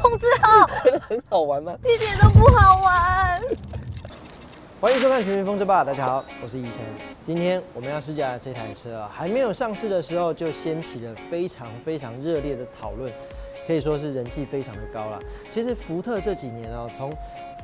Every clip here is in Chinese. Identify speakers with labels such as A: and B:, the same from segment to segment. A: 控制好，
B: 很好玩吗？
A: 一点都不好玩。
B: 欢迎收看《全民风车吧》，大家好，我是医生。今天我们要试驾的这台车啊，还没有上市的时候就掀起了非常非常热烈的讨论，可以说是人气非常的高啦。其实福特这几年啊，从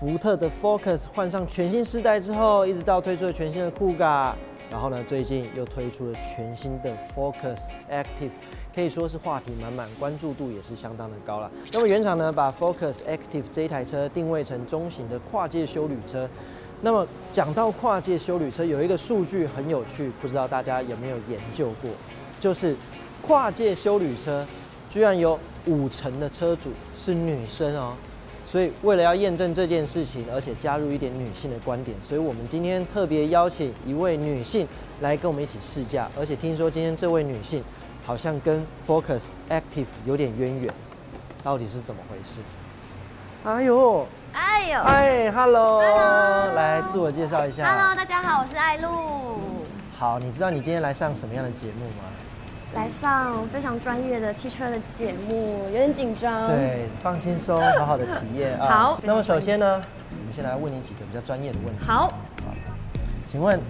B: 福特的 Focus 换上全新世代之后，一直到推出了全新的酷咖，然后呢，最近又推出了全新的 Focus Active，可以说是话题满满，关注度也是相当的高了。那么原厂呢，把 Focus Active 这一台车定位成中型的跨界休旅车。那么讲到跨界修旅车，有一个数据很有趣，不知道大家有没有研究过，就是跨界修旅车居然有五成的车主是女生哦。所以为了要验证这件事情，而且加入一点女性的观点，所以我们今天特别邀请一位女性来跟我们一起试驾，而且听说今天这位女性好像跟 Focus Active 有点渊源，到底是怎么回事？哎呦，
A: 哎呦
B: 哎，Hello，
A: Hello
B: 来自我介绍一下。
A: ，Hello，大家好，我是艾露，
B: 好，你知道你今天来上什么样的节目吗？
A: 来上非常专业的汽车的节目，有点紧张。
B: 对，放轻松，好好的体验啊。
A: 嗯好
B: 那么首先呢，我们先来问你几个比较专业的问题。
A: 好，
B: 请问，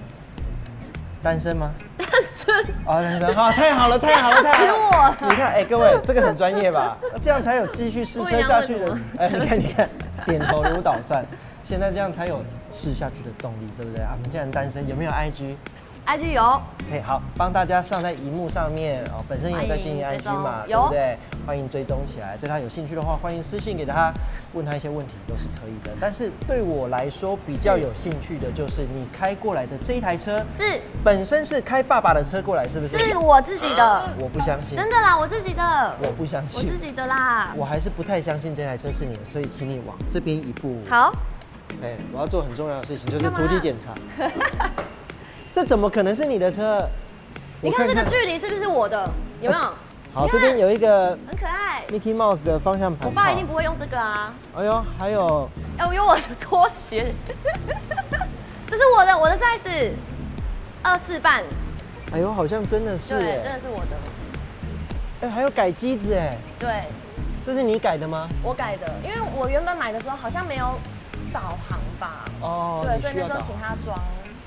B: 单身吗？单身。啊，单身。好，太好了，太好了，太好 了。你看，哎、各位，这个很专业吧？ 这样才有继续试车下去的
A: 不。
B: 哎、你看，你看，点头如捣蒜。现在这样才有试下去的动力，对不对啊？你既然单身，有没有 IG？
A: ，IG 有，
B: 可以好，帮大家上在荧幕上面哦，本身也有在经营
A: 欢迎追
B: IG
A: 踪
B: 嘛，对
A: 有
B: 不对？欢迎追踪起来，对他有兴趣的话，欢迎私信给他，问他一些问题都是可以的。但是对我来说比较有兴趣的就是你开过来的这一台车，
A: 是
B: 本身是开爸爸的车过来，是不是？
A: 是我自己的，
B: 我不相信，
A: 真的啦，我自己的，
B: 我不相
A: 我
B: 信
A: 自，己的啦。
B: 我还是不太相信这台车是你的，所以请你往这边一步。
A: 好，
B: 哎、我要做很重要的事情，就是
A: 干嘛
B: 突击检 查。这怎么可能是你的车？
A: 你
B: 我
A: 看这个距离是不是我的？有没有？
B: 好，
A: 你看
B: 这边有一个
A: 很可爱。
B: Mickey Mouse 的方向盘。
A: 我爸一定不。会用这个啊。
B: 哎呦，还有
A: 哎、我有我的拖鞋，这是我的，我的 size 二四半，
B: 哎呦，好像真的是
A: 对，真
B: 哎，
A: 的是我的，
B: 哎，还有改机子哎，
A: 对
B: 这是你改的吗？
A: 我改的，因为我原本买的时候好像没有导航吧，
B: 哦，
A: 对，
B: 你
A: 所以
B: 需
A: 那
B: 要
A: 时候
B: 导
A: 请他装，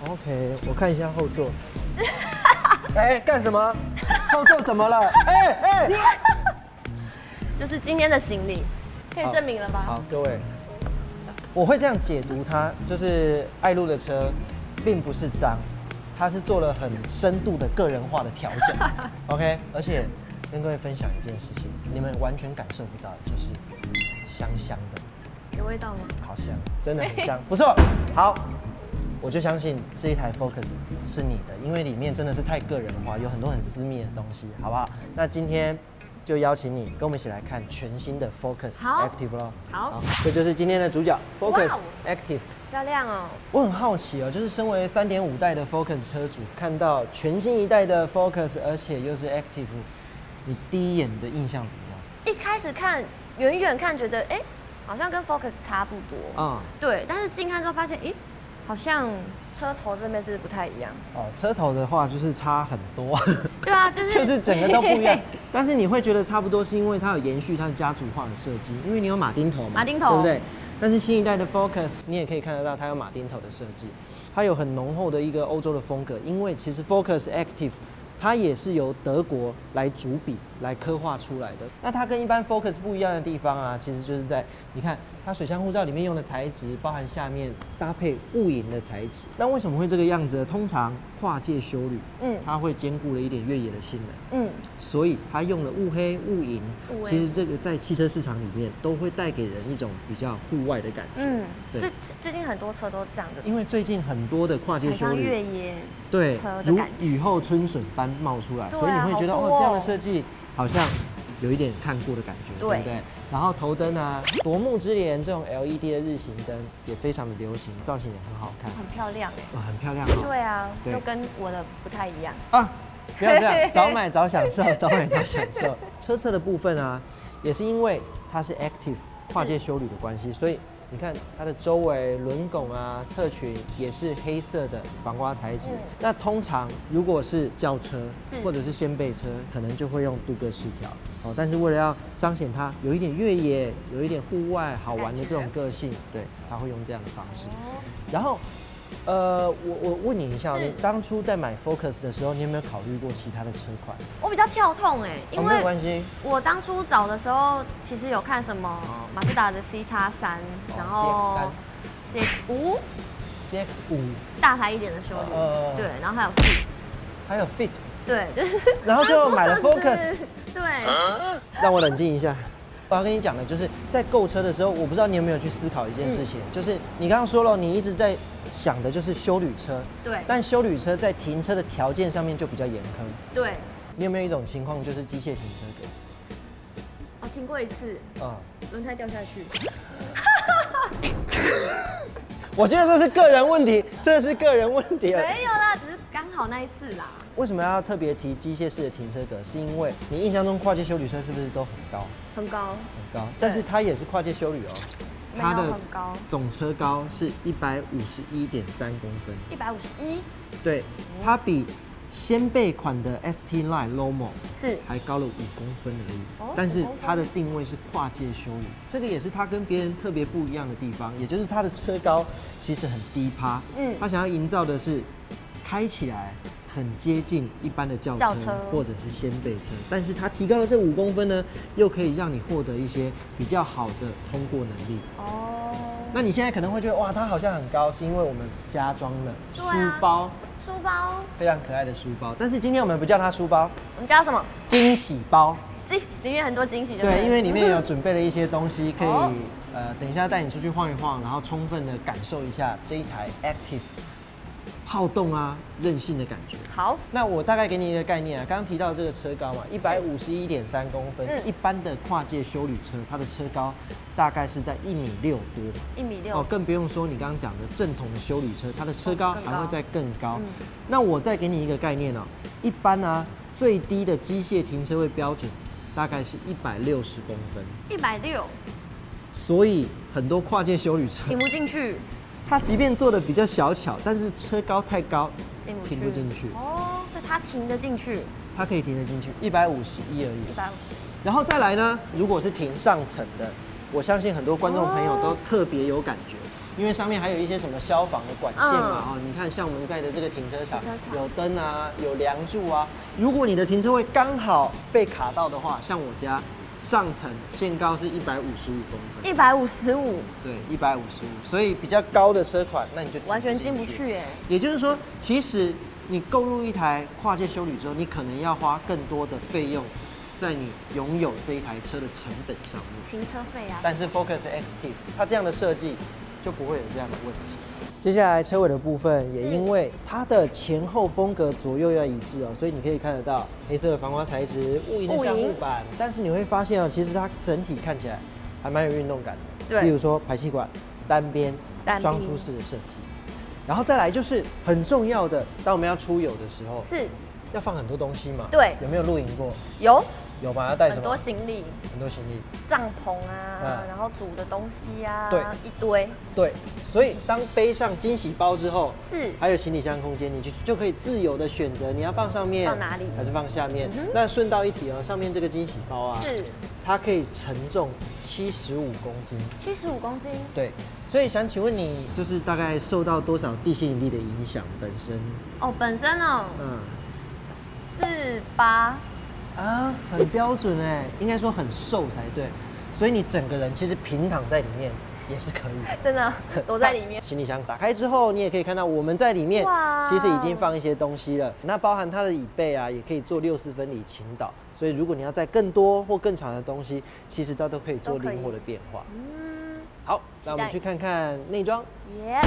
B: OK，我看一下后 座。哎，干什么？后座怎么了？哎哎，
A: 就是今天的行李，可以证明了吧？
B: 好，各位，我会这样解读它，就是爱路的车并不是脏，它是做了很深度的个人化的调整。OK，而且跟各位分享一件事情，你们完全感受不到，就是香香的。
A: 有味道吗？
B: 好香，真的很香，不错。好，我就相信这一台 Focus 是你的，因为里面真的是太个人化，有很多很私密的东西，好不好？那今天就邀请你跟我们一起来看全新的 Focus
A: 好
B: Active 咯。
A: 好
B: 这就是今天的主角 Focus
A: 哇哦
B: Active。
A: 漂亮哦，
B: 我很好奇哦，就是身为三点五代的 Focus 车主，看到全新一代的 Focus，而且又是 Active，你第一眼的印象怎么样？
A: 一开始看远远看觉得，哎、好像跟 Focus 差不多，
B: 啊、
A: 对，但是近看之后发现，咦，好像车头这边是不是不太一样？
B: 哦，车头的话就是差很多。
A: 对啊，就是
B: 就是整个都不一 样。但是你会觉得差不多，是因为它有延续它的家族化的设计，因为你有马丁头嘛，
A: 马丁头
B: 对不对？但是新一代的 Focus，你也可以看得到它有马丁头的设计，它有很浓厚的一个欧洲的风格，因为其实 Focus Active。它也是由德国来主笔来刻画出来的。那它跟一般 Focus 不一样的地方啊，其实就是在你看它水箱护罩里面用的材质，包含下面搭配雾影的材质。那为什么会这个样子呢？通常跨界修旅，
A: 嗯
B: 它会兼顾了一点越野的性能。
A: 嗯，
B: 所以它用了雾黑、雾影
A: 雾，黑
B: 其实这个在汽车市场里面都会带给人一种比较户外的感觉。
A: 嗯，
B: 对
A: 最最近很多车都这样子，
B: 因为最近很多的跨界
A: 很
B: 修
A: 像越
B: 旅，
A: 野，
B: 对
A: 车的，
B: 如
A: 感觉
B: 雨后春笋般冒出来，
A: 对啊
B: 所以你会觉得
A: 好
B: 哦
A: 多哦
B: 这样的设计好像有一点看过的感觉，
A: 对
B: 对不对？然后头灯啊，夺目之莲这种 LED 的日行灯也非常的流行，造型也很好看，
A: 很漂亮哎。
B: 哇，很漂亮哦。
A: 对啊，
B: 对
A: 就跟我的不太一样。
B: 啊，不要这 样，早买早享受，早买早享受。
A: 嗯
B: 车侧的部分啊，也是因为它是 active 跨界修旅的关系，所以你看它的周围轮拱啊、侧裙也是黑色的防刮材质。
A: 嗯
B: 那通常如果是轿车
A: 是
B: 或者是掀背车，可能就会用镀铬饰条哦。但是为了要彰显它有一点越野、有一点户外好玩的这种
A: 感
B: 个性，对，它会用这样的方式。
A: 哦
B: 然后，呃，我我问你一下，
A: 是
B: 你当初在买 Focus 的时候，你有没有考虑过其他的车款？
A: 我比较跳痛哎、因
B: 哦没有
A: 为
B: 关系，
A: 我当初找的时候，其实有看什么
B: 哦
A: 马自达的 C 叉三，然后 C 五
B: CX 五，
A: 大台一点的修理，
B: 呃
A: 对，然后还有 Fit，
B: 还有 Fit，
A: 对，就是
B: 然后就买 了 Focus。啊
A: 对，
B: 让我冷静一下。我要跟你讲的就是，在购车的时候，我不知道你有没有去思考一件事
A: 嗯
B: 情，就是你刚刚说了，你一直在想的就是修旅车，
A: 对
B: 但修旅车在停车的条件上面就比较严苛。
A: 对，
B: 你有没有一种情况就是机械停车
A: 我听哦过一次，
B: 格？啊、
A: 轮胎掉下去，
B: 我觉得这是个人问题，这是个人问题。啊
A: 没有啦，只是刚好那一次啦。
B: 为什么要特别提机械式的停车格？是因为你印象中跨界修旅车是不是都很高？
A: 很高，
B: 很高，但是它也是跨界修旅哦。
A: 没有很高，
B: 总车高是一百五十一点三公分。
A: 一百五十一
B: 对，
A: 嗯
B: 它比掀背款的 ST Line Lomo
A: 是
B: 还高了五公分而已。
A: 哦
B: 但
A: 5
B: 是
A: 公分
B: 它的定位是跨界修理，这个也是它跟别人特别不一样的地方，也就是它的车高其实很低趴。
A: 嗯
B: 它想要营造的是开起来。很接近一般的轿车
A: 轿车
B: 或者是掀背车，但是它提高了这五公分呢，又可以让你获得一些比较好的通过能力。
A: 哦，
B: 那你现在可能会觉得哇，它好像很高，是因为我们加装了
A: 对
B: 书
A: 啊
B: 包、
A: 书包，
B: 非常可爱的书包，但是今天我们不叫它书包，
A: 我们叫什么？
B: 惊喜包。
A: 惊，里面很多惊喜就
B: 对，因为里面有
A: 嗯
B: 准备了一些东西，可以
A: 哦
B: 呃，等一下带你出去晃一晃，然后充分的感受一下这一台 Active 好动啊、任性的感觉。
A: 好，
B: 那我大概给你一个概念啊，刚刚提到这个车高嘛，一百五十一点三公分，
A: 嗯
B: 一般的跨界修旅车，它的车高大概是在一米六多。
A: 一米
B: 哦
A: 六，，
B: 更不用说你刚刚讲的正统的修旅车，它的车高
A: 哦更高
B: 还会再更高。
A: 嗯
B: 那我再给你一个概念哦，一般啊，最低的机械停车位标准大概是一百六十公分，
A: 一百六，
B: 所以很多跨界修旅车，
A: 停不进去，
B: 它即便做的比较小巧，但是车高太高，
A: 进不去，
B: 停不进去，
A: 哦，所以它停得进去，
B: 它可以停得进去，一百五十一而
A: 一
B: 已。
A: 百五十，
B: 然后再来呢，如果是停上层的，我相信很多观众朋友都特别有感觉，因为上面还有一些什么消防的管线嘛，哦，你看像我们在的这个停车场
A: 嗯停车场
B: 有灯啊，有梁柱啊。如果你的停车位刚好被卡到的话，像我家上层限高是一百五十五公分，
A: 一百五十五，
B: 对，一百五十五，所以比较高的车款，那你就
A: 完全进不。去哎，
B: 也就是说，其实你购入一台跨界修旅之后，你可能要花更多的费用，在你拥有这一台车的成本上面。
A: 停车费啊，
B: 但是 Focus Active 它这样的设计就不会有这样的问题。接下来车尾的部分，也因为它的前后风格左右要一致哦，所以你可以看得到黑色的防刮材质、雾影的小木板，但是你会发现哦，其实它整体看起来还蛮有运动感的。
A: 对
B: 例如说排气管单边
A: 单边
B: 双出式的设计，然后再来就是很重要的，当我们要出游的时候，
A: 是
B: 要放很多东西嘛。
A: 对
B: 有没有露营过？
A: 有
B: 有吗？要带什
A: 很
B: 么
A: 多？行李，
B: 很多行李。
A: 帐篷啊，
B: 嗯
A: 然后煮的东西啊，
B: 对
A: 一堆，
B: 对，所以当背上惊喜包之后，
A: 是
B: 还有行李箱空间，你就就可以自由的选择你要放上面，
A: 放哪里嗯
B: 还是放下面。那顺道一提哦，上面这个惊喜包啊，
A: 是
B: 它可以承重七十五公斤。
A: 七十五公斤，
B: 对，所以想请问你，就是大概受到多少地心引力的影响本身？
A: 哦，本身哦
B: 嗯
A: 四八，
B: 啊，很标准哎，应该说很瘦才对。所以你整个人其实平躺在里面也是可以的。
A: 真的躲在里 面，
B: 行李箱打开之后，你也可以看到我们在里面
A: 哇
B: 其实已经放一些东西了。那包含它的椅背啊，也可以做六四分离倾倒。所以如果你要在更多或更长的东西，其实它都可以做
A: 都可以
B: 灵活的变化。
A: 嗯，
B: 好，那我们
A: 期待
B: 去看看内装，
A: 耶，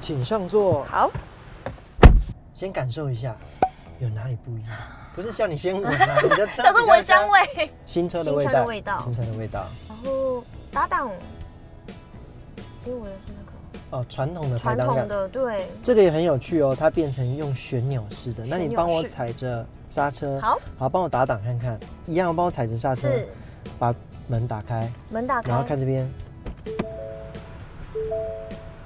B: 请上座，
A: 好，
B: 先感受一下有哪里不一样。不是叫你先闻 啊，你的车
A: 这是
B: 比较
A: 蚊香
B: 香，
A: 味，
B: 新车的
A: 新
B: 味
A: 车
B: 道，
A: 的味道
B: 新车的味道。
A: 然后搭档，因为我的是那个
B: 哦，传统的排
A: 传
B: 档
A: 统
B: 杆，
A: 的，对，
B: 这个也很有趣哦，它变成用旋钮式的。那
A: 旋
B: 你
A: 钮
B: 帮我
A: 式
B: 踩着刹车，
A: 好，
B: 好，帮我打档看看，一样帮我踩着刹车
A: 是，
B: 嗯把门打开，
A: 门打开
B: 然后，看这边，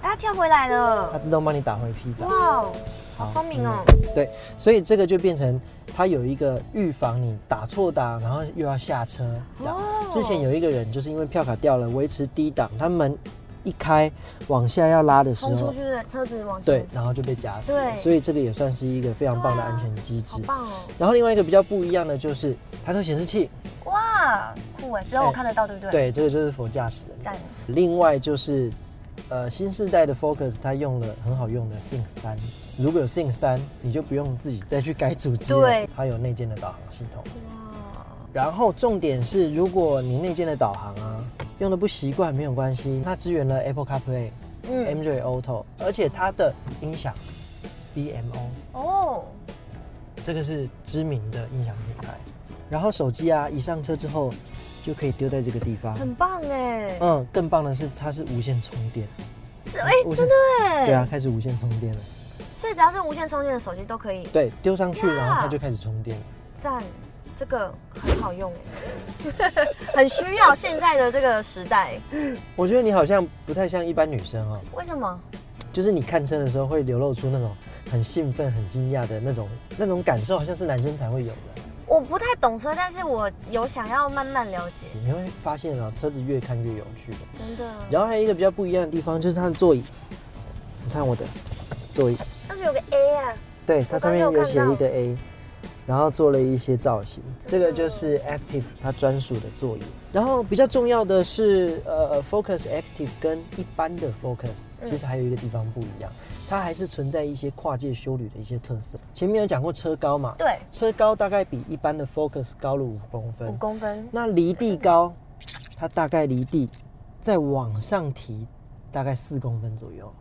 A: 它哎跳回来
B: 它
A: 了，
B: 自动帮你打回 P 档
A: 哇。哦，好聪明哦。
B: 嗯对，所以这个就变成它有一个预防你打错档，然后又要下车。这样
A: 哦
B: 之前有一个人就是因为票卡掉了，维持低档，他门一开往下要拉的时
A: 冲出
B: 候
A: 去，的车子往前
B: 对，然后就被夹死了。
A: 对
B: 所以这个也算是一个非常棒
A: 对
B: 的
A: 啊
B: 安全机
A: 好
B: 制。
A: 棒哦！
B: 然后另外一个比较不一样的就是抬头显示器，
A: 哇，酷哎，只有我
B: 哎
A: 看得到，对不对？，
B: 对，这个就是佛驾驶人。
A: 赞，
B: 另外就是，呃，新世代的 Focus 它用了很好用的 Sync 三，如果有 Sync 三，你就不用自己再去改主机了，
A: 对
B: 它有内建的导航系统。
A: 哇，
B: 然后重点是，如果你内建的导航啊用的不习惯没有关系，它支援了 Apple CarPlay、
A: 嗯，
B: MJ Auto，而且它的音响 BMO
A: 哦，
B: 这个是知名的音响品牌。然后手机啊一上车之后就可以丢在这个地方。
A: 很棒哎，
B: 嗯，更棒的是它是无线充电。
A: 是哎，
B: 无线
A: 真的哎，
B: 对啊，，开始无线充电了。
A: 所以只要是无线充电的手机都可以，
B: 对，丢上去，
A: 哇
B: 然后它就开始充电了。
A: 赞，这个很好用哎， 很需要现在的这个时代，
B: 我觉得你好像不太像一般女生哦，
A: 为什么？
B: 就是你看车的时候会流露出那种很兴奋、很惊讶的那种那种感受，好像是男生才会有的。
A: 我不太懂车，但是我有想要慢慢了解，
B: 你会发现啊，车子越看越有趣。
A: 真的。
B: 然后还有一个比较不一样的地方就是它的座椅，你看我的座椅，
A: 但是有个 A 啊，
B: 对，它上面有写一个 A，然后做了一些造型。这
A: 真
B: 个
A: 的哦
B: 就是 Active 它专属的座椅。然后比较重要的是，呃，Focus Active 跟一般的 Focus
A: 嗯
B: 其实还有一个地方不一样，它还是存在一些跨界修旅的一些特色。前面有讲过车高嘛，
A: 对，
B: 车高大概比一般的 Focus 高了五公
A: 五
B: 分，
A: 公分，
B: 那离地高，它大概离地再往上提大概四公分左右。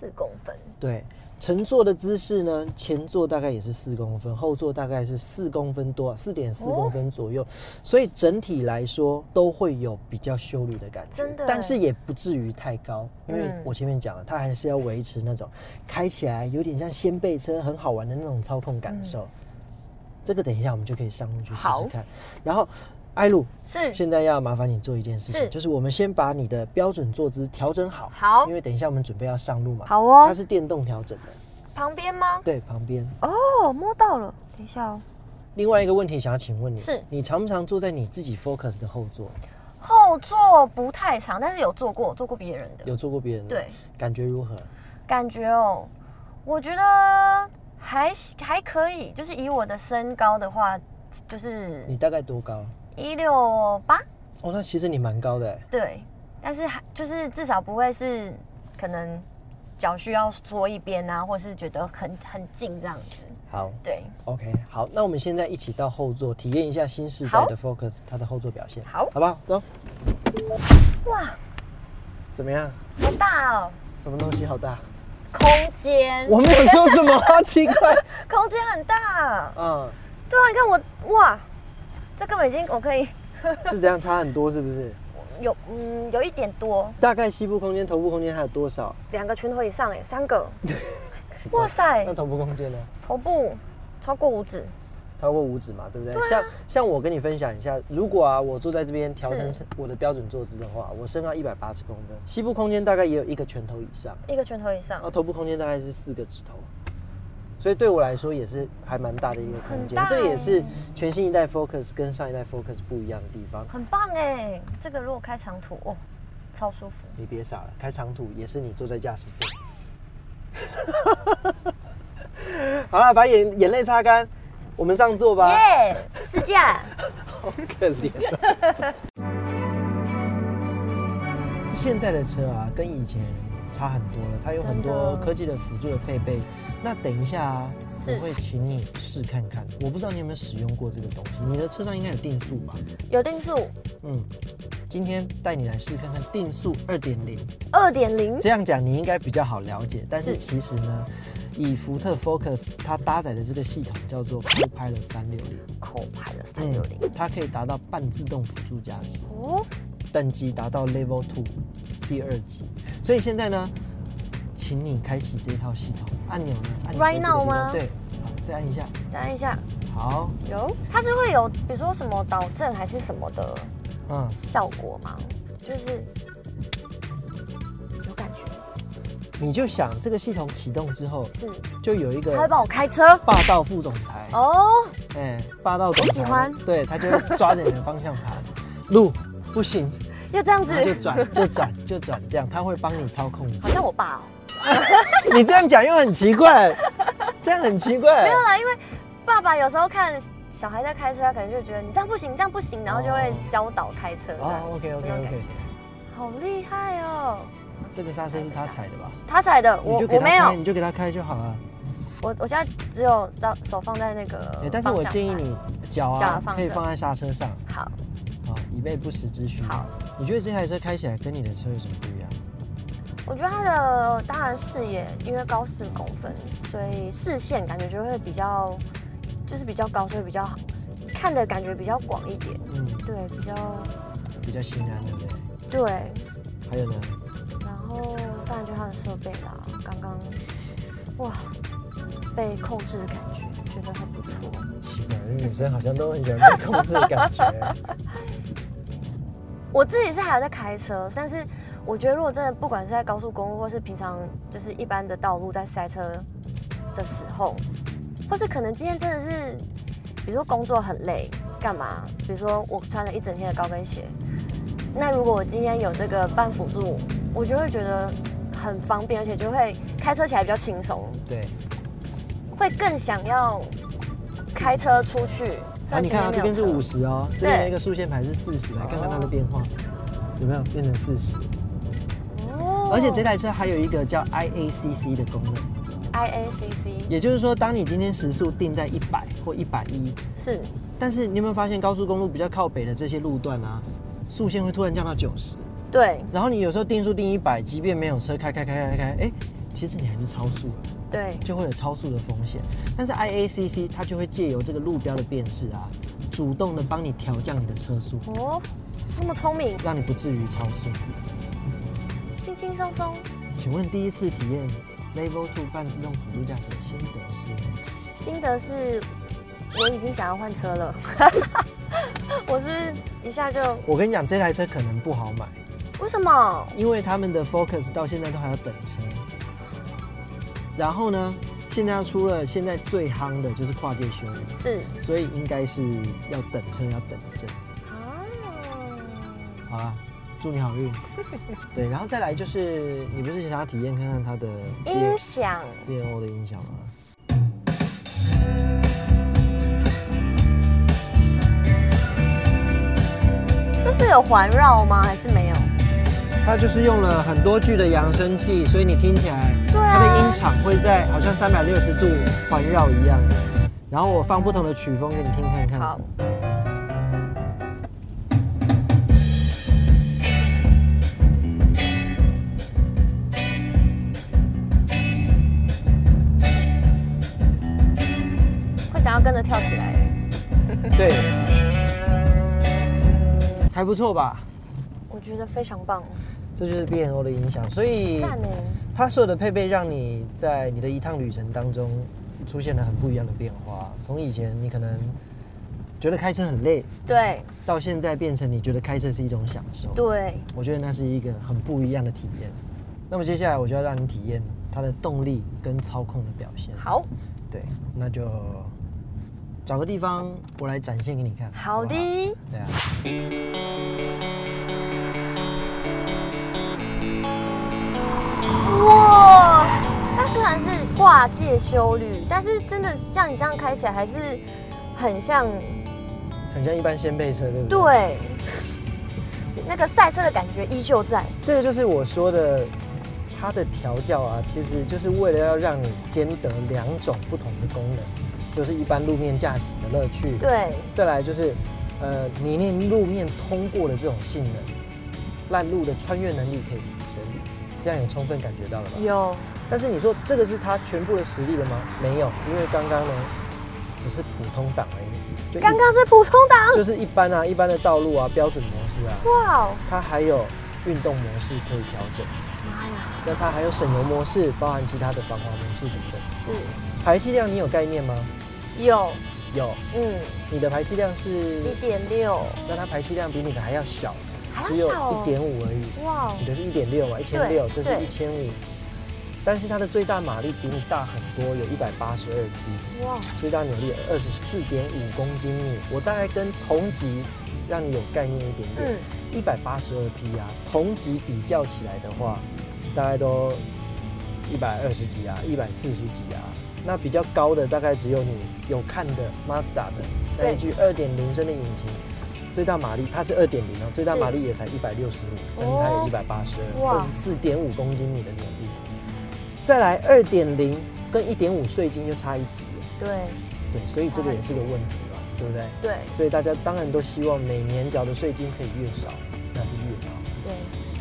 A: 四公分，
B: 对，乘坐的姿势呢，前座大概也是四公分，后座大概是四公分多，四点四
A: 哦
B: 公分左右，所以整体来说都会有比较修理的感觉
A: 真的，欸
B: 但是也不至于太高，因为
A: 嗯
B: 我前面讲了，它还是要维持那种开起来有点像掀背车很好玩的那种操控感受。这个等一下我们就可以上路去试
A: 嗯好
B: 试看，然后。艾露，
A: 是
B: 现在要麻烦你做一件事情，
A: 是
B: 就是我们先把你的标准坐姿调整好，
A: 好
B: 因为等一下我们准备要上路嘛，
A: 好哦
B: 它是电动调整的，
A: 旁边吗？
B: 对，旁边。
A: 哦，摸到了，等一下哦。
B: 另外一个问题想要请问你，
A: 是
B: 你常不常坐在你自己 Focus 的后座？
A: 后座不太长，但是有坐过，坐过别人的，
B: 有坐过别人的？
A: 对，
B: 感觉如何？
A: 感觉哦，我觉得还还可以，就是以我的身高的话，就是
B: 你大概多高？
A: 一六八，
B: 哦，那其实你蛮高的欸，
A: 对，但是还就是至少不会是可能脚需要缩一边啊，或是觉得很很近这样子，
B: 好
A: 对，
B: ，OK，好，那我们现在一起到后座体验一下新时代的 Focus 它的后座表现，
A: 好
B: 好不好？走，
A: 哇，
B: 怎么样？
A: 好大哦，
B: 什么东西好大？
A: 空间，
B: 我没有说什么啊，奇 怪，
A: 空间很大，
B: 嗯，
A: 对啊，你看我哇，这根本已经我可以
B: 是怎样差很多是不是？
A: 有嗯有一点多，
B: 大概膝部空间、头部空间还有多少？
A: 两个拳头以上哎，三 个。哇塞
B: 那，头部空间呢？
A: 头部超过五指，
B: 超过五指嘛，对不
A: 啊
B: 对？像像我跟你分享一下，如果啊我坐在这边调整
A: 是
B: 我的标准坐姿的话，我身高一百八十公分，膝部空间大概也有一个拳头以上，
A: 一个拳头以
B: 然
A: 上，
B: 后头部空间大概是四个指头，所以对我来说也是还蛮大的一个空
A: 很。
B: 间
A: 大
B: 这个也
A: 欸
B: 是全新一代 Focus 跟上一代 Focus 不一样的地方。
A: 很棒哎！这个如果开长途哦，超舒服。
B: 你别傻了，开长途也是你坐在驾驶座。 好了，把眼眼泪擦干，我们上座吧。
A: 耶，试驾，
B: 好可怜、 现在的车啊，跟以前差很多了，它有很多
A: 真的哦
B: 科技的辅助的配备。那等一下、啊，我
A: 是
B: 会请你试看看。我不知道你有没有使用过这个东西，你的车上应该有定速吧？
A: 有定速
B: 嗯，今天带你来试看看定速二点零。
A: 二点零，
B: 这样讲你应该比较好了解，但是
A: 是
B: 其实呢，以福特 Focus 它搭载的这个系统叫做 Copilot 三六零。嗯
A: 扣牌了三六零。
B: 它可以达到半自动辅助驾驶，
A: 哦，
B: 等级达到 Level Two，第二级。所以现在呢，请你开启这套系统，按钮呢，按钮在
A: Right
B: 这个地
A: now
B: 方
A: 吗
B: 对，好，再按一下。
A: 再按一下，
B: 好，
A: 有，它是会有比如说什么导正还是什么的
B: 嗯，
A: 效果吗？就是有感觉，
B: 你就想这个系统启动之后，
A: 是，
B: 就有一个
A: 他会帮我开车
B: 霸道副总裁，
A: 哦，
B: 哎、霸道总
A: 我喜
B: 裁，
A: 欢
B: 对，他就抓着你的方向盘，路不行，
A: 又这样
B: 然后就
A: 子，
B: 转就转就转，这样他会帮你操控你。
A: 好像我爸哦。
B: 你这样讲又很奇怪，这样很奇怪。
A: 对啊，因为爸爸有时候看小孩在开车，他可能就觉得你这样不行，你这样不行，然后就会教导开车。
B: 哦，OK
A: 这
B: OK
A: 种感
B: OK，
A: 好厉害哦！
B: 这个刹车是他踩的吧？
A: 他踩的，我
B: 你就给
A: 我
B: 他
A: 没
B: 开，
A: 有，
B: 你就给他开就好了。
A: 我我现在只有手手放在那个
B: 哎，但是我
A: 方向
B: 建议
A: 盘
B: 你脚
A: 脚
B: 啊
A: 呃放
B: 可以
A: 着
B: 放在刹车上啊，
A: 好，
B: 以备不时之需
A: 好。
B: 你觉得这台车开起来跟你的车有什么不一样？
A: 我觉得它的当然视野因为高四公分，所以视线感觉就会比较就是比较高，所以比较好看的感觉比较广一点。
B: 嗯，
A: 对，比较
B: 比较心安，对不对？
A: 对，
B: 还有呢？
A: 然后当然就它的设备啦，刚刚哇被控制的感觉，觉得很不错。
B: 奇怪，因为女生好像都很喜欢被控制的感觉。
A: 我自己是还有在开车，但是我觉得如果真的不管是在高速公路，或是平常就是一般的道路在塞车的时候，或是可能今天真的是，比如说工作很累，干嘛？比如说我穿了一整天的高跟鞋，那如果我今天有这个半辅助，我就会觉得很方便，而且就会开车起来比较轻松，
B: 对，
A: 会更想要开车出去。
B: 啊，你看啊，这边是五
A: 十，
B: 十哦，这边
A: 对
B: 那个竖线牌是四十，来看看它的变化，有没有变成四十？
A: 哦
B: 而且这台车还有一个叫 IACC 的功能，
A: IACC
B: 也就是说，当你今天时速定在一百或一百一，
A: 是
B: 但是你有没有发现高速公路比较靠北的这些路段啊，速线会突然降到九十，
A: 对
B: 然后你有时候定速定一百，即便没有车开开开开开，哎，其实你还是超速了。
A: 对。
B: 就会有超速的风险。但是 IACC 它就会借由这个路标的辨识啊，主动的帮你调降你的车速，
A: 哦，那么聪明，
B: 让你不至于超速。
A: 轻轻松松，
B: 请问第一次体验 Level Two 半自动辅助驾驶的心得是？
A: 心得是，我已经想要换车了。 我是不是一下就
B: 我跟你讲，这台车可能不好买，
A: 为什么？
B: 因为他们的 Focus 到现在都还要等车。然后呢，现在要出了现在最夯的就是跨界修理，
A: 是
B: 所以应该是要等车，要等一阵子。
A: 啊，
B: 好啦，祝 你好运。对，然后再来就是，你不是想要体验看看它的
A: 音响
B: D N O 的音响吗？
A: 这是有环绕吗？还是没有？
B: 它就是用了很多具的扬声器，所以你听起来，
A: 对啊
B: 它的音场会在好像三百六十度环绕一样。然后我放不同的曲风给你听看看。
A: 好，会想要跟着跳起来。
B: 对，还不错吧？
A: 我觉得非常棒，
B: 这就是 B N O 的音响，所以
A: 赞欸呢。
B: 它所有的配备让你在你的一趟旅程当中出现了很不一样的变化。从以前你可能觉得开车很累，
A: 对
B: 到现在变成你觉得开车是一种享受。
A: 对，
B: 我觉得那是一个很不一样的体验。那么接下来我就要让你体验它的动力跟操控的表现。，
A: 好
B: 对，那就找个地方我来展现给你看。
A: 好
B: 不
A: 的，
B: 对啊。
A: 哇！它虽然是跨界修旅，但是真的像你这样开起来还是很像
B: 很像一般掀背车，对不对？。
A: 对那个赛车的感觉依旧在，
B: 这个就是我说的，它的调教啊，其实就是为了要让你兼得两种不同的功能，就是一般路面驾驶的乐趣，，
A: 对
B: 再来就是，呃，泥泞路面通过的这种性能，烂路的穿越能力可以提升，这样有充分感觉到了吧？。
A: 有
B: 但是你说这个是它全部的实力了吗？没有，因为刚刚呢，只是普通档而已，就一
A: 刚刚是普通档，
B: 就是一般啊，一般的道路啊，标准模式啊，
A: 哇哦，
B: 它还有运动模式可以调整。
A: 妈呀，
B: 那它还有省油模式，包含其他的防滑模式等等。
A: 是
B: 排气量你有概念吗？
A: 有
B: 有，
A: 嗯
B: 你的排气量
A: 一
B: 是，
A: 点六，
B: 那它排气量比你的还要小，
A: 还
B: 只
A: 要
B: 有
A: 小
B: 一
A: 哦
B: 点五而已。
A: 哇哦
B: 你的是一点六嘛，一千六，这是
A: 对
B: 一千五。但是它的最大马力比你大很多，有一百八十二匹，
A: 哇，
B: 最大扭力二十四点五公斤米。我大概跟同级让你有概念一点点
A: 嗯，，
B: 一百八十二匹啊，同级比较起来的话，大概都一百二十几啊，一百四十几啊。那比较高的大概只有你有看的 Mazda 的那一具二点零升的引擎，最大马力它是二点零哦，最大马力也才一百六十五，但是它有一百八十二，
A: 哇
B: 二十四点五公斤米的扭力。再来二点零跟一点五税金就差一级了，
A: 对
B: 对，所以这个也是个问题吧，对不对？
A: 对
B: 所以大家当然都希望每年缴的税金可以越少，那是越好。
A: 对，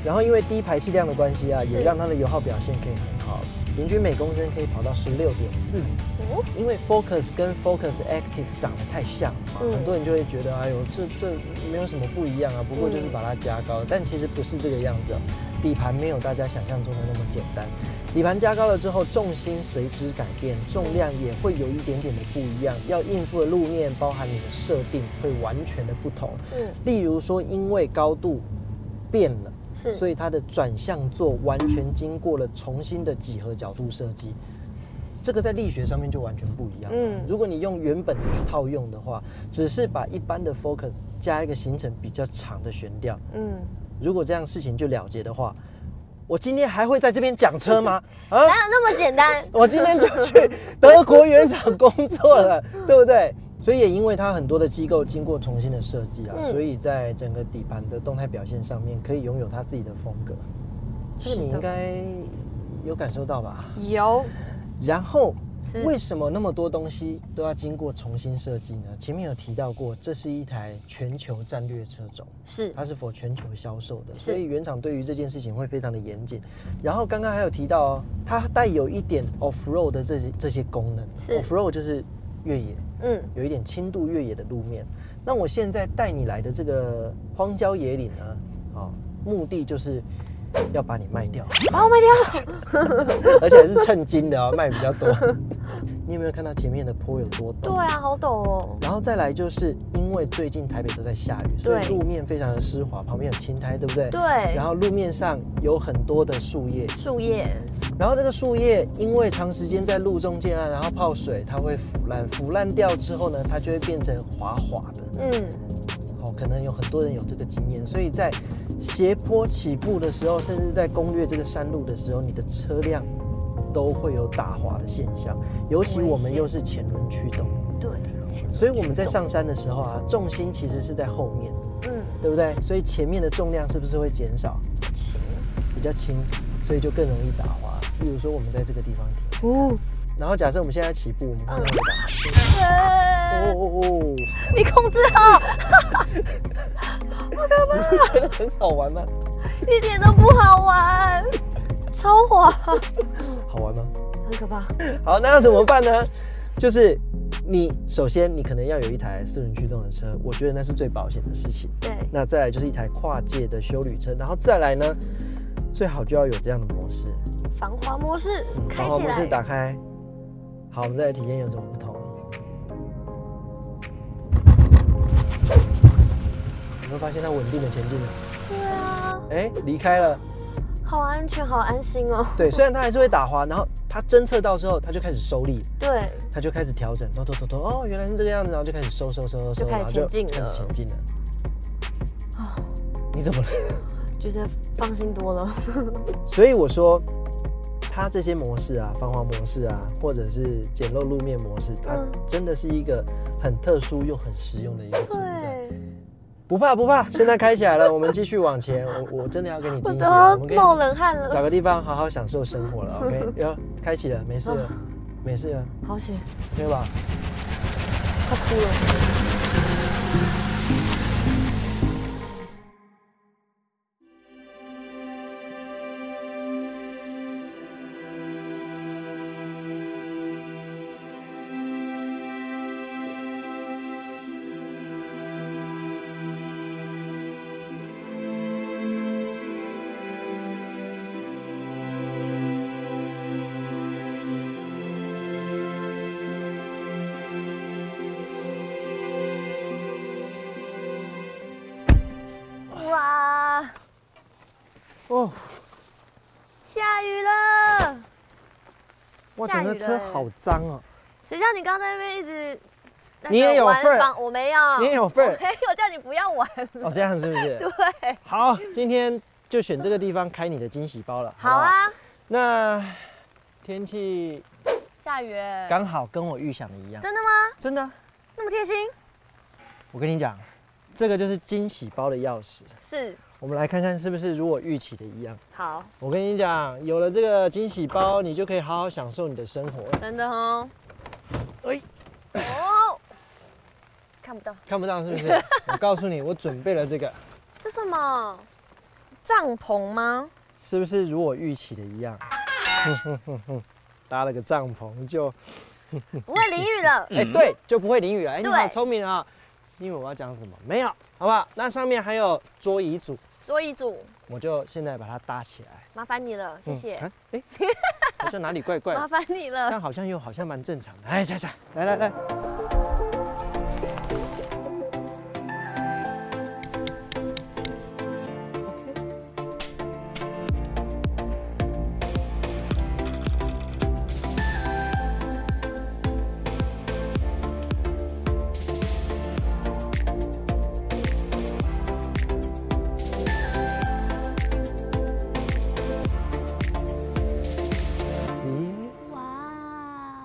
B: 然后因为低排气量的关系啊，
A: 嗯
B: 也
A: 是
B: 让它的油耗表现可以很好，平均每公升可以跑到十六点四里。
A: 哦，
B: 因为 Focus 跟 Focus Active 长得太像嘛，
A: 嗯
B: 很多人就会觉得，哎呦，这这没有什么不一样啊，不过
A: 嗯
B: 就是把它加高了，但其实不是这个样子、哦，底盘没有大家想象中的那么简单。底盘加高了之后，重心随之改变，重量也会有一点点的不一样，要应付的路面包含你的设定会完全的不同。
A: 嗯，
B: 例如说，因为高度变了。
A: 是，
B: 所以它的转向座完全经过了重新的几何角度设计。这个在力学上面就完全不一样。嗯
A: 嗯，
B: 如果你用原本的去套用的话，只是把一般的 focus 加一个行程比较长的悬吊，
A: 嗯，
B: 如果这样事情就了结的话，我今天还会在这边讲 车吗？啊，
A: 哪有那么简单？
B: 我今天就去德国原厂工 作了，对不对？所以也因为它很多的机构经过重新的设计啊，
A: 嗯
B: 所以在整个底盘的动态表现上面，可以拥有它自己的风格。这个
A: 是
B: 你
A: 的
B: 应该有感受到吧？
A: 有，
B: 然后
A: 是
B: 为什么那么多东西都要经过重新设计呢？前面有提到过，这是一台全球战略车种。
A: 是，
B: 它是否全球销售的，
A: 是
B: 所以原厂对于这件事情会非常的严谨。然后刚刚还有提到哦，它带有一点 off road 的这些这些功能
A: 是
B: ，off road 就是越野，
A: 嗯，
B: 有一点轻度越野的路面。那我现在带你来的这个荒郊野岭呢，哦，目的就是要把你卖掉，
A: 把我卖掉，
B: 而且还是称斤的哦，卖比较多。 你有没有看到前面的坡有多陡
A: 对？啊，好陡哦，
B: 然后再来就是因为最近台北都在下雨，所以
A: 对
B: 路面非常的湿滑，旁边有青苔，对不对？
A: 对，
B: 然后路面上有很多的树叶，
A: 树叶，
B: 然后这个树叶因为长时间在路中间啊，然后泡水，它会腐烂，腐烂掉之后呢，它就会变成滑滑的。
A: 嗯，
B: 哦，可能有很多人有这个经验，所以在斜坡起步的时候，甚至在攻略这个山路的时候，你的车辆都会有打滑的现象，尤其我
A: 危
B: 们
A: 险
B: 又是前轮驱动，
A: 对，
B: 所以我们在上山的时候啊，重心其实是在后面，
A: 嗯，
B: 对不对？所以前面的重量是不是会减少？
A: 行，
B: 比较轻，所以就更容易打滑。例如说，我们在这个地方停，
A: 哦，
B: 然后假设我们现在起步，我们看到会打滑。
A: 对，
B: 哦哦哦，
A: 哎你控制好，
B: 你不觉得 很好玩吗？
A: 一点都不好玩，超滑，
B: 好玩吗？
A: 很可怕，
B: 好，那要怎么办呢？就是你首先你可能要有一台四轮驱动的车，我觉得那是最保险的事情。
A: 对，
B: 那再来就是一台跨界的修旅车，然后再来呢，最好就要有这样的模式，
A: 防滑模式开
B: 防滑
A: 起
B: 模式打
A: 来，
B: 开。好，我们再来体验有什么不同。你会发现它稳定的前进了，
A: 对啊，
B: 哎，离开了。
A: 好安全，好安心哦，
B: 对，虽然它还是会打滑，然后它侦测到之后，它就开始收力，
A: 对，
B: 它就开始调整，咚咚咚咚，哦，原来是这个样子，然后就开始收收收收收，
A: 就开始
B: 然后
A: 前进了
B: 开始前进了。
A: 啊，
B: 你怎么了？
A: 觉得放心多了，
B: 所以我说，它这些模式啊，防滑模式啊，或者是简陋路面模式，它
A: 嗯
B: 真的是一个很特殊又很实用的一个存在。
A: 对。
B: 不怕不怕，现在开起来了，我们继续往前。我我真的要给你
A: 我
B: 惊喜、
A: 都
B: 啊，
A: 要
B: 我们可以
A: 冒冷汗
B: 找
A: 了，
B: 个地方好好享受生 活了。OK，哟，开启了，没事
A: 哦
B: 了，没事了，
A: 好险，
B: 对吧？
A: 快哭了。哇，
B: 哦，哦
A: 下雨了，
B: 哇，整个
A: 下雨
B: 车
A: 了
B: 好脏哦、
A: 谁叫你刚在那边一直那个
B: 你也有
A: 玩
B: 份儿
A: 房我没有，
B: 你也有份儿
A: 我 没有叫你不要玩。
B: 哦，这样是不 是？对。好，今天就选这个地方开你的惊喜包了。
A: 好
B: 不
A: 啊，
B: 那天气
A: 下雨耶，
B: 刚好跟我预想的一样，
A: 真的吗？
B: 真的。
A: 那么贴心？
B: 我跟你讲，这个就是惊喜包的钥匙。
A: 是，
B: 我们来看看是不是如我预期的一样。
A: 好，
B: 我跟你讲，有了这个惊喜包，你就可以好好享受你的生活了。
A: 真的哦。
B: 哎，
A: 哦，看不到，
B: 看不到是 不是？我告诉你，我准备了这个，
A: 这什么？帐篷吗？
B: 是不是如我预期的一样？ 搭了个帐篷就，
A: 不会淋雨的。
B: 哎、对，就不会淋雨了。哎、你好
A: 对
B: 聪明啊、因为我要讲什么？没有，好不好？那上面还有桌椅组，
A: 桌椅组，
B: 我就现在把它搭起来。
A: 麻烦你了，谢谢，
B: 嗯啊哎、好像哪里怪怪的
A: 麻。烦你了。
B: 但好像又好像蛮正常的。哎，这这，来来来，See？
A: 哇，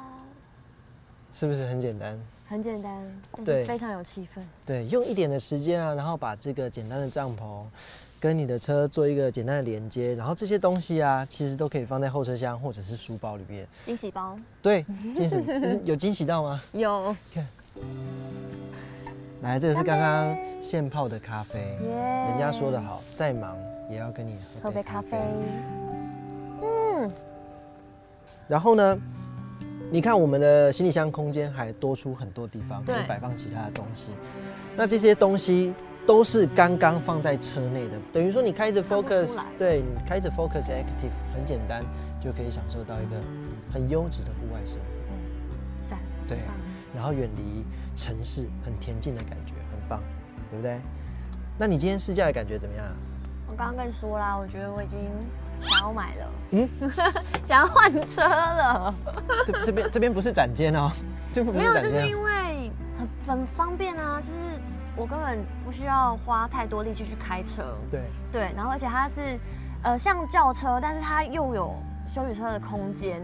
B: 是不是很简单？
A: 很简单，但
B: 对
A: 是非常有气氛。
B: 对，用一点的时间啊，然后把这个简单的帐篷跟你的车做一个简单的连接，然后这些东西啊，其实都可以放在后车厢或者是书包里面。
A: 惊喜包
B: 对，惊喜、嗯有惊喜到吗？
A: 有
B: 来，这个是刚刚现泡的咖啡，
A: 耶
B: 人家说的好，再忙也要跟你
A: 喝
B: 喝杯
A: 杯
B: 咖
A: 咖
B: 啡
A: 啡。。嗯，
B: 然后呢，你看我们的行李箱空间还多出很多地方，可
A: 对
B: 以摆放其他的东西。那这些东西都是刚刚放在车内的，等于说你开着
A: 看不出
B: Focus，
A: 来
B: 对你开着 Focus Active，很简单就可以享受到一个很优质的户外生活。
A: 嗯赞，
B: 对，然后远离城市，很恬静的感觉，很棒，对不对？那你今天试驾的感觉怎么样啊？
A: 我刚刚跟你说啦，我觉得我已经想要买了，
B: 嗯
A: 嗯， 想要换车了。
B: 这这边这边不是展间哦，这边不
A: 没
B: 是
A: 有，
B: 展
A: 就是
B: 间哦。
A: 因为很很方便啊，就是我根本不需要花太多力气去开车。
B: 对，
A: 对，然后而且它是呃像轿车，但是它又有修理车的空间，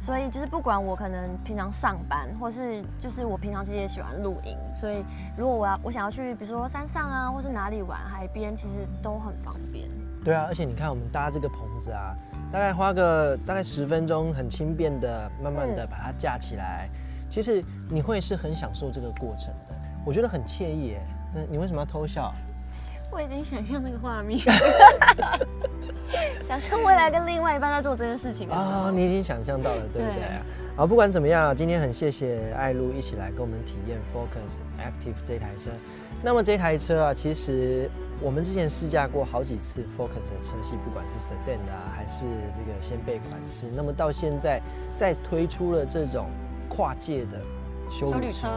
A: 所以就是不管我可能平常上班，或是就是我平常其实也喜欢露营，所以如果我要我想要去比如说山上啊，或是哪里玩海边，其实都很方便。
B: 对啊，而且你看我们搭这个棚子啊，大概花个大概十分钟，很轻便的，慢慢的把它架起来。其实你会是很享受这个过程的，我觉得很惬意耶。那你为什么要偷笑？
A: 我已经想象那个画面， 想象未来跟另外一半在做这件事情的时候。
B: 啊、你已经想象到了，对不对
A: 对？
B: 好，不管怎么样，今天很谢谢艾露一起来跟我们体验 Focus Active 这台车。那么这台车啊，其实我们之前试驾过好几次 Focus 的车系，不管是 Sedan 的啊，还是这个掀背款式。那么到现在，再推出了这种跨界的修
A: 修
B: 理
A: 旅
B: 车
A: 车，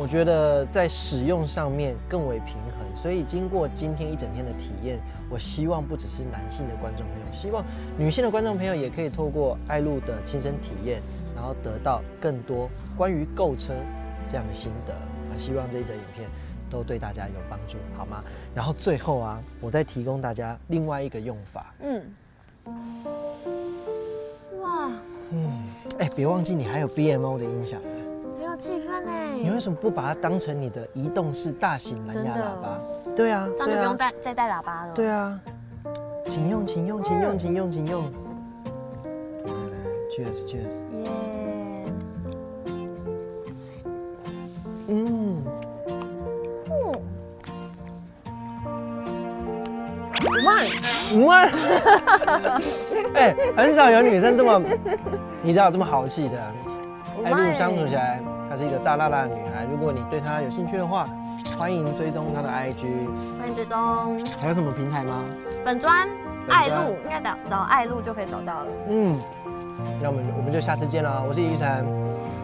B: 我觉得在使用上面更为平衡，所以经过今天一整天的体验，我希望不只是男性的观众朋友，希望女性的观众朋友也可以透过爱路的亲身体验，然后得到更多关于购车这样的心得。啊，希望这一则影片都对大家有帮助，好吗？然后最后啊，我再提供大家另外一个用法，
A: 嗯，哇，
B: 哎，别忘记你还有 BMO 的音响，
A: 很有气氛
B: 你
A: 呢。
B: 为什么不把它当成你的移动式大型蓝牙
A: 真的
B: 喇叭？对啊，
A: 这样
B: 对
A: 就不
B: 啊
A: 用带再带喇叭了。
B: 对啊，请用，请用，请用，请用，请用。来来来，Cheers Cheers。
A: 耶，
B: 嗯，
A: 五万，
B: 哇！哎，很少有女生这么，你知道这么豪气的。啊
A: 五
B: 艾
A: 万
B: 露
A: 耶
B: 相处起来，她是一个大辣辣的女孩。如果你对她有兴趣的话，欢迎追踪她的 IG。
A: 欢迎追踪
B: 还有什么平台吗？
A: 本专
B: 专
A: 爱路，应该找找爱路就可以找到了。
B: 嗯，那我们我们就下次见了。我是依晨，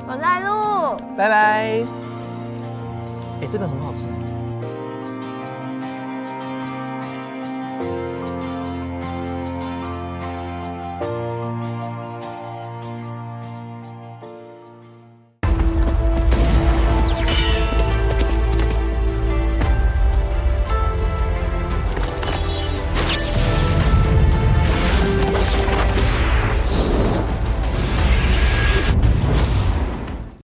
A: 我是爱路。
B: 拜拜。哎，这个很好吃。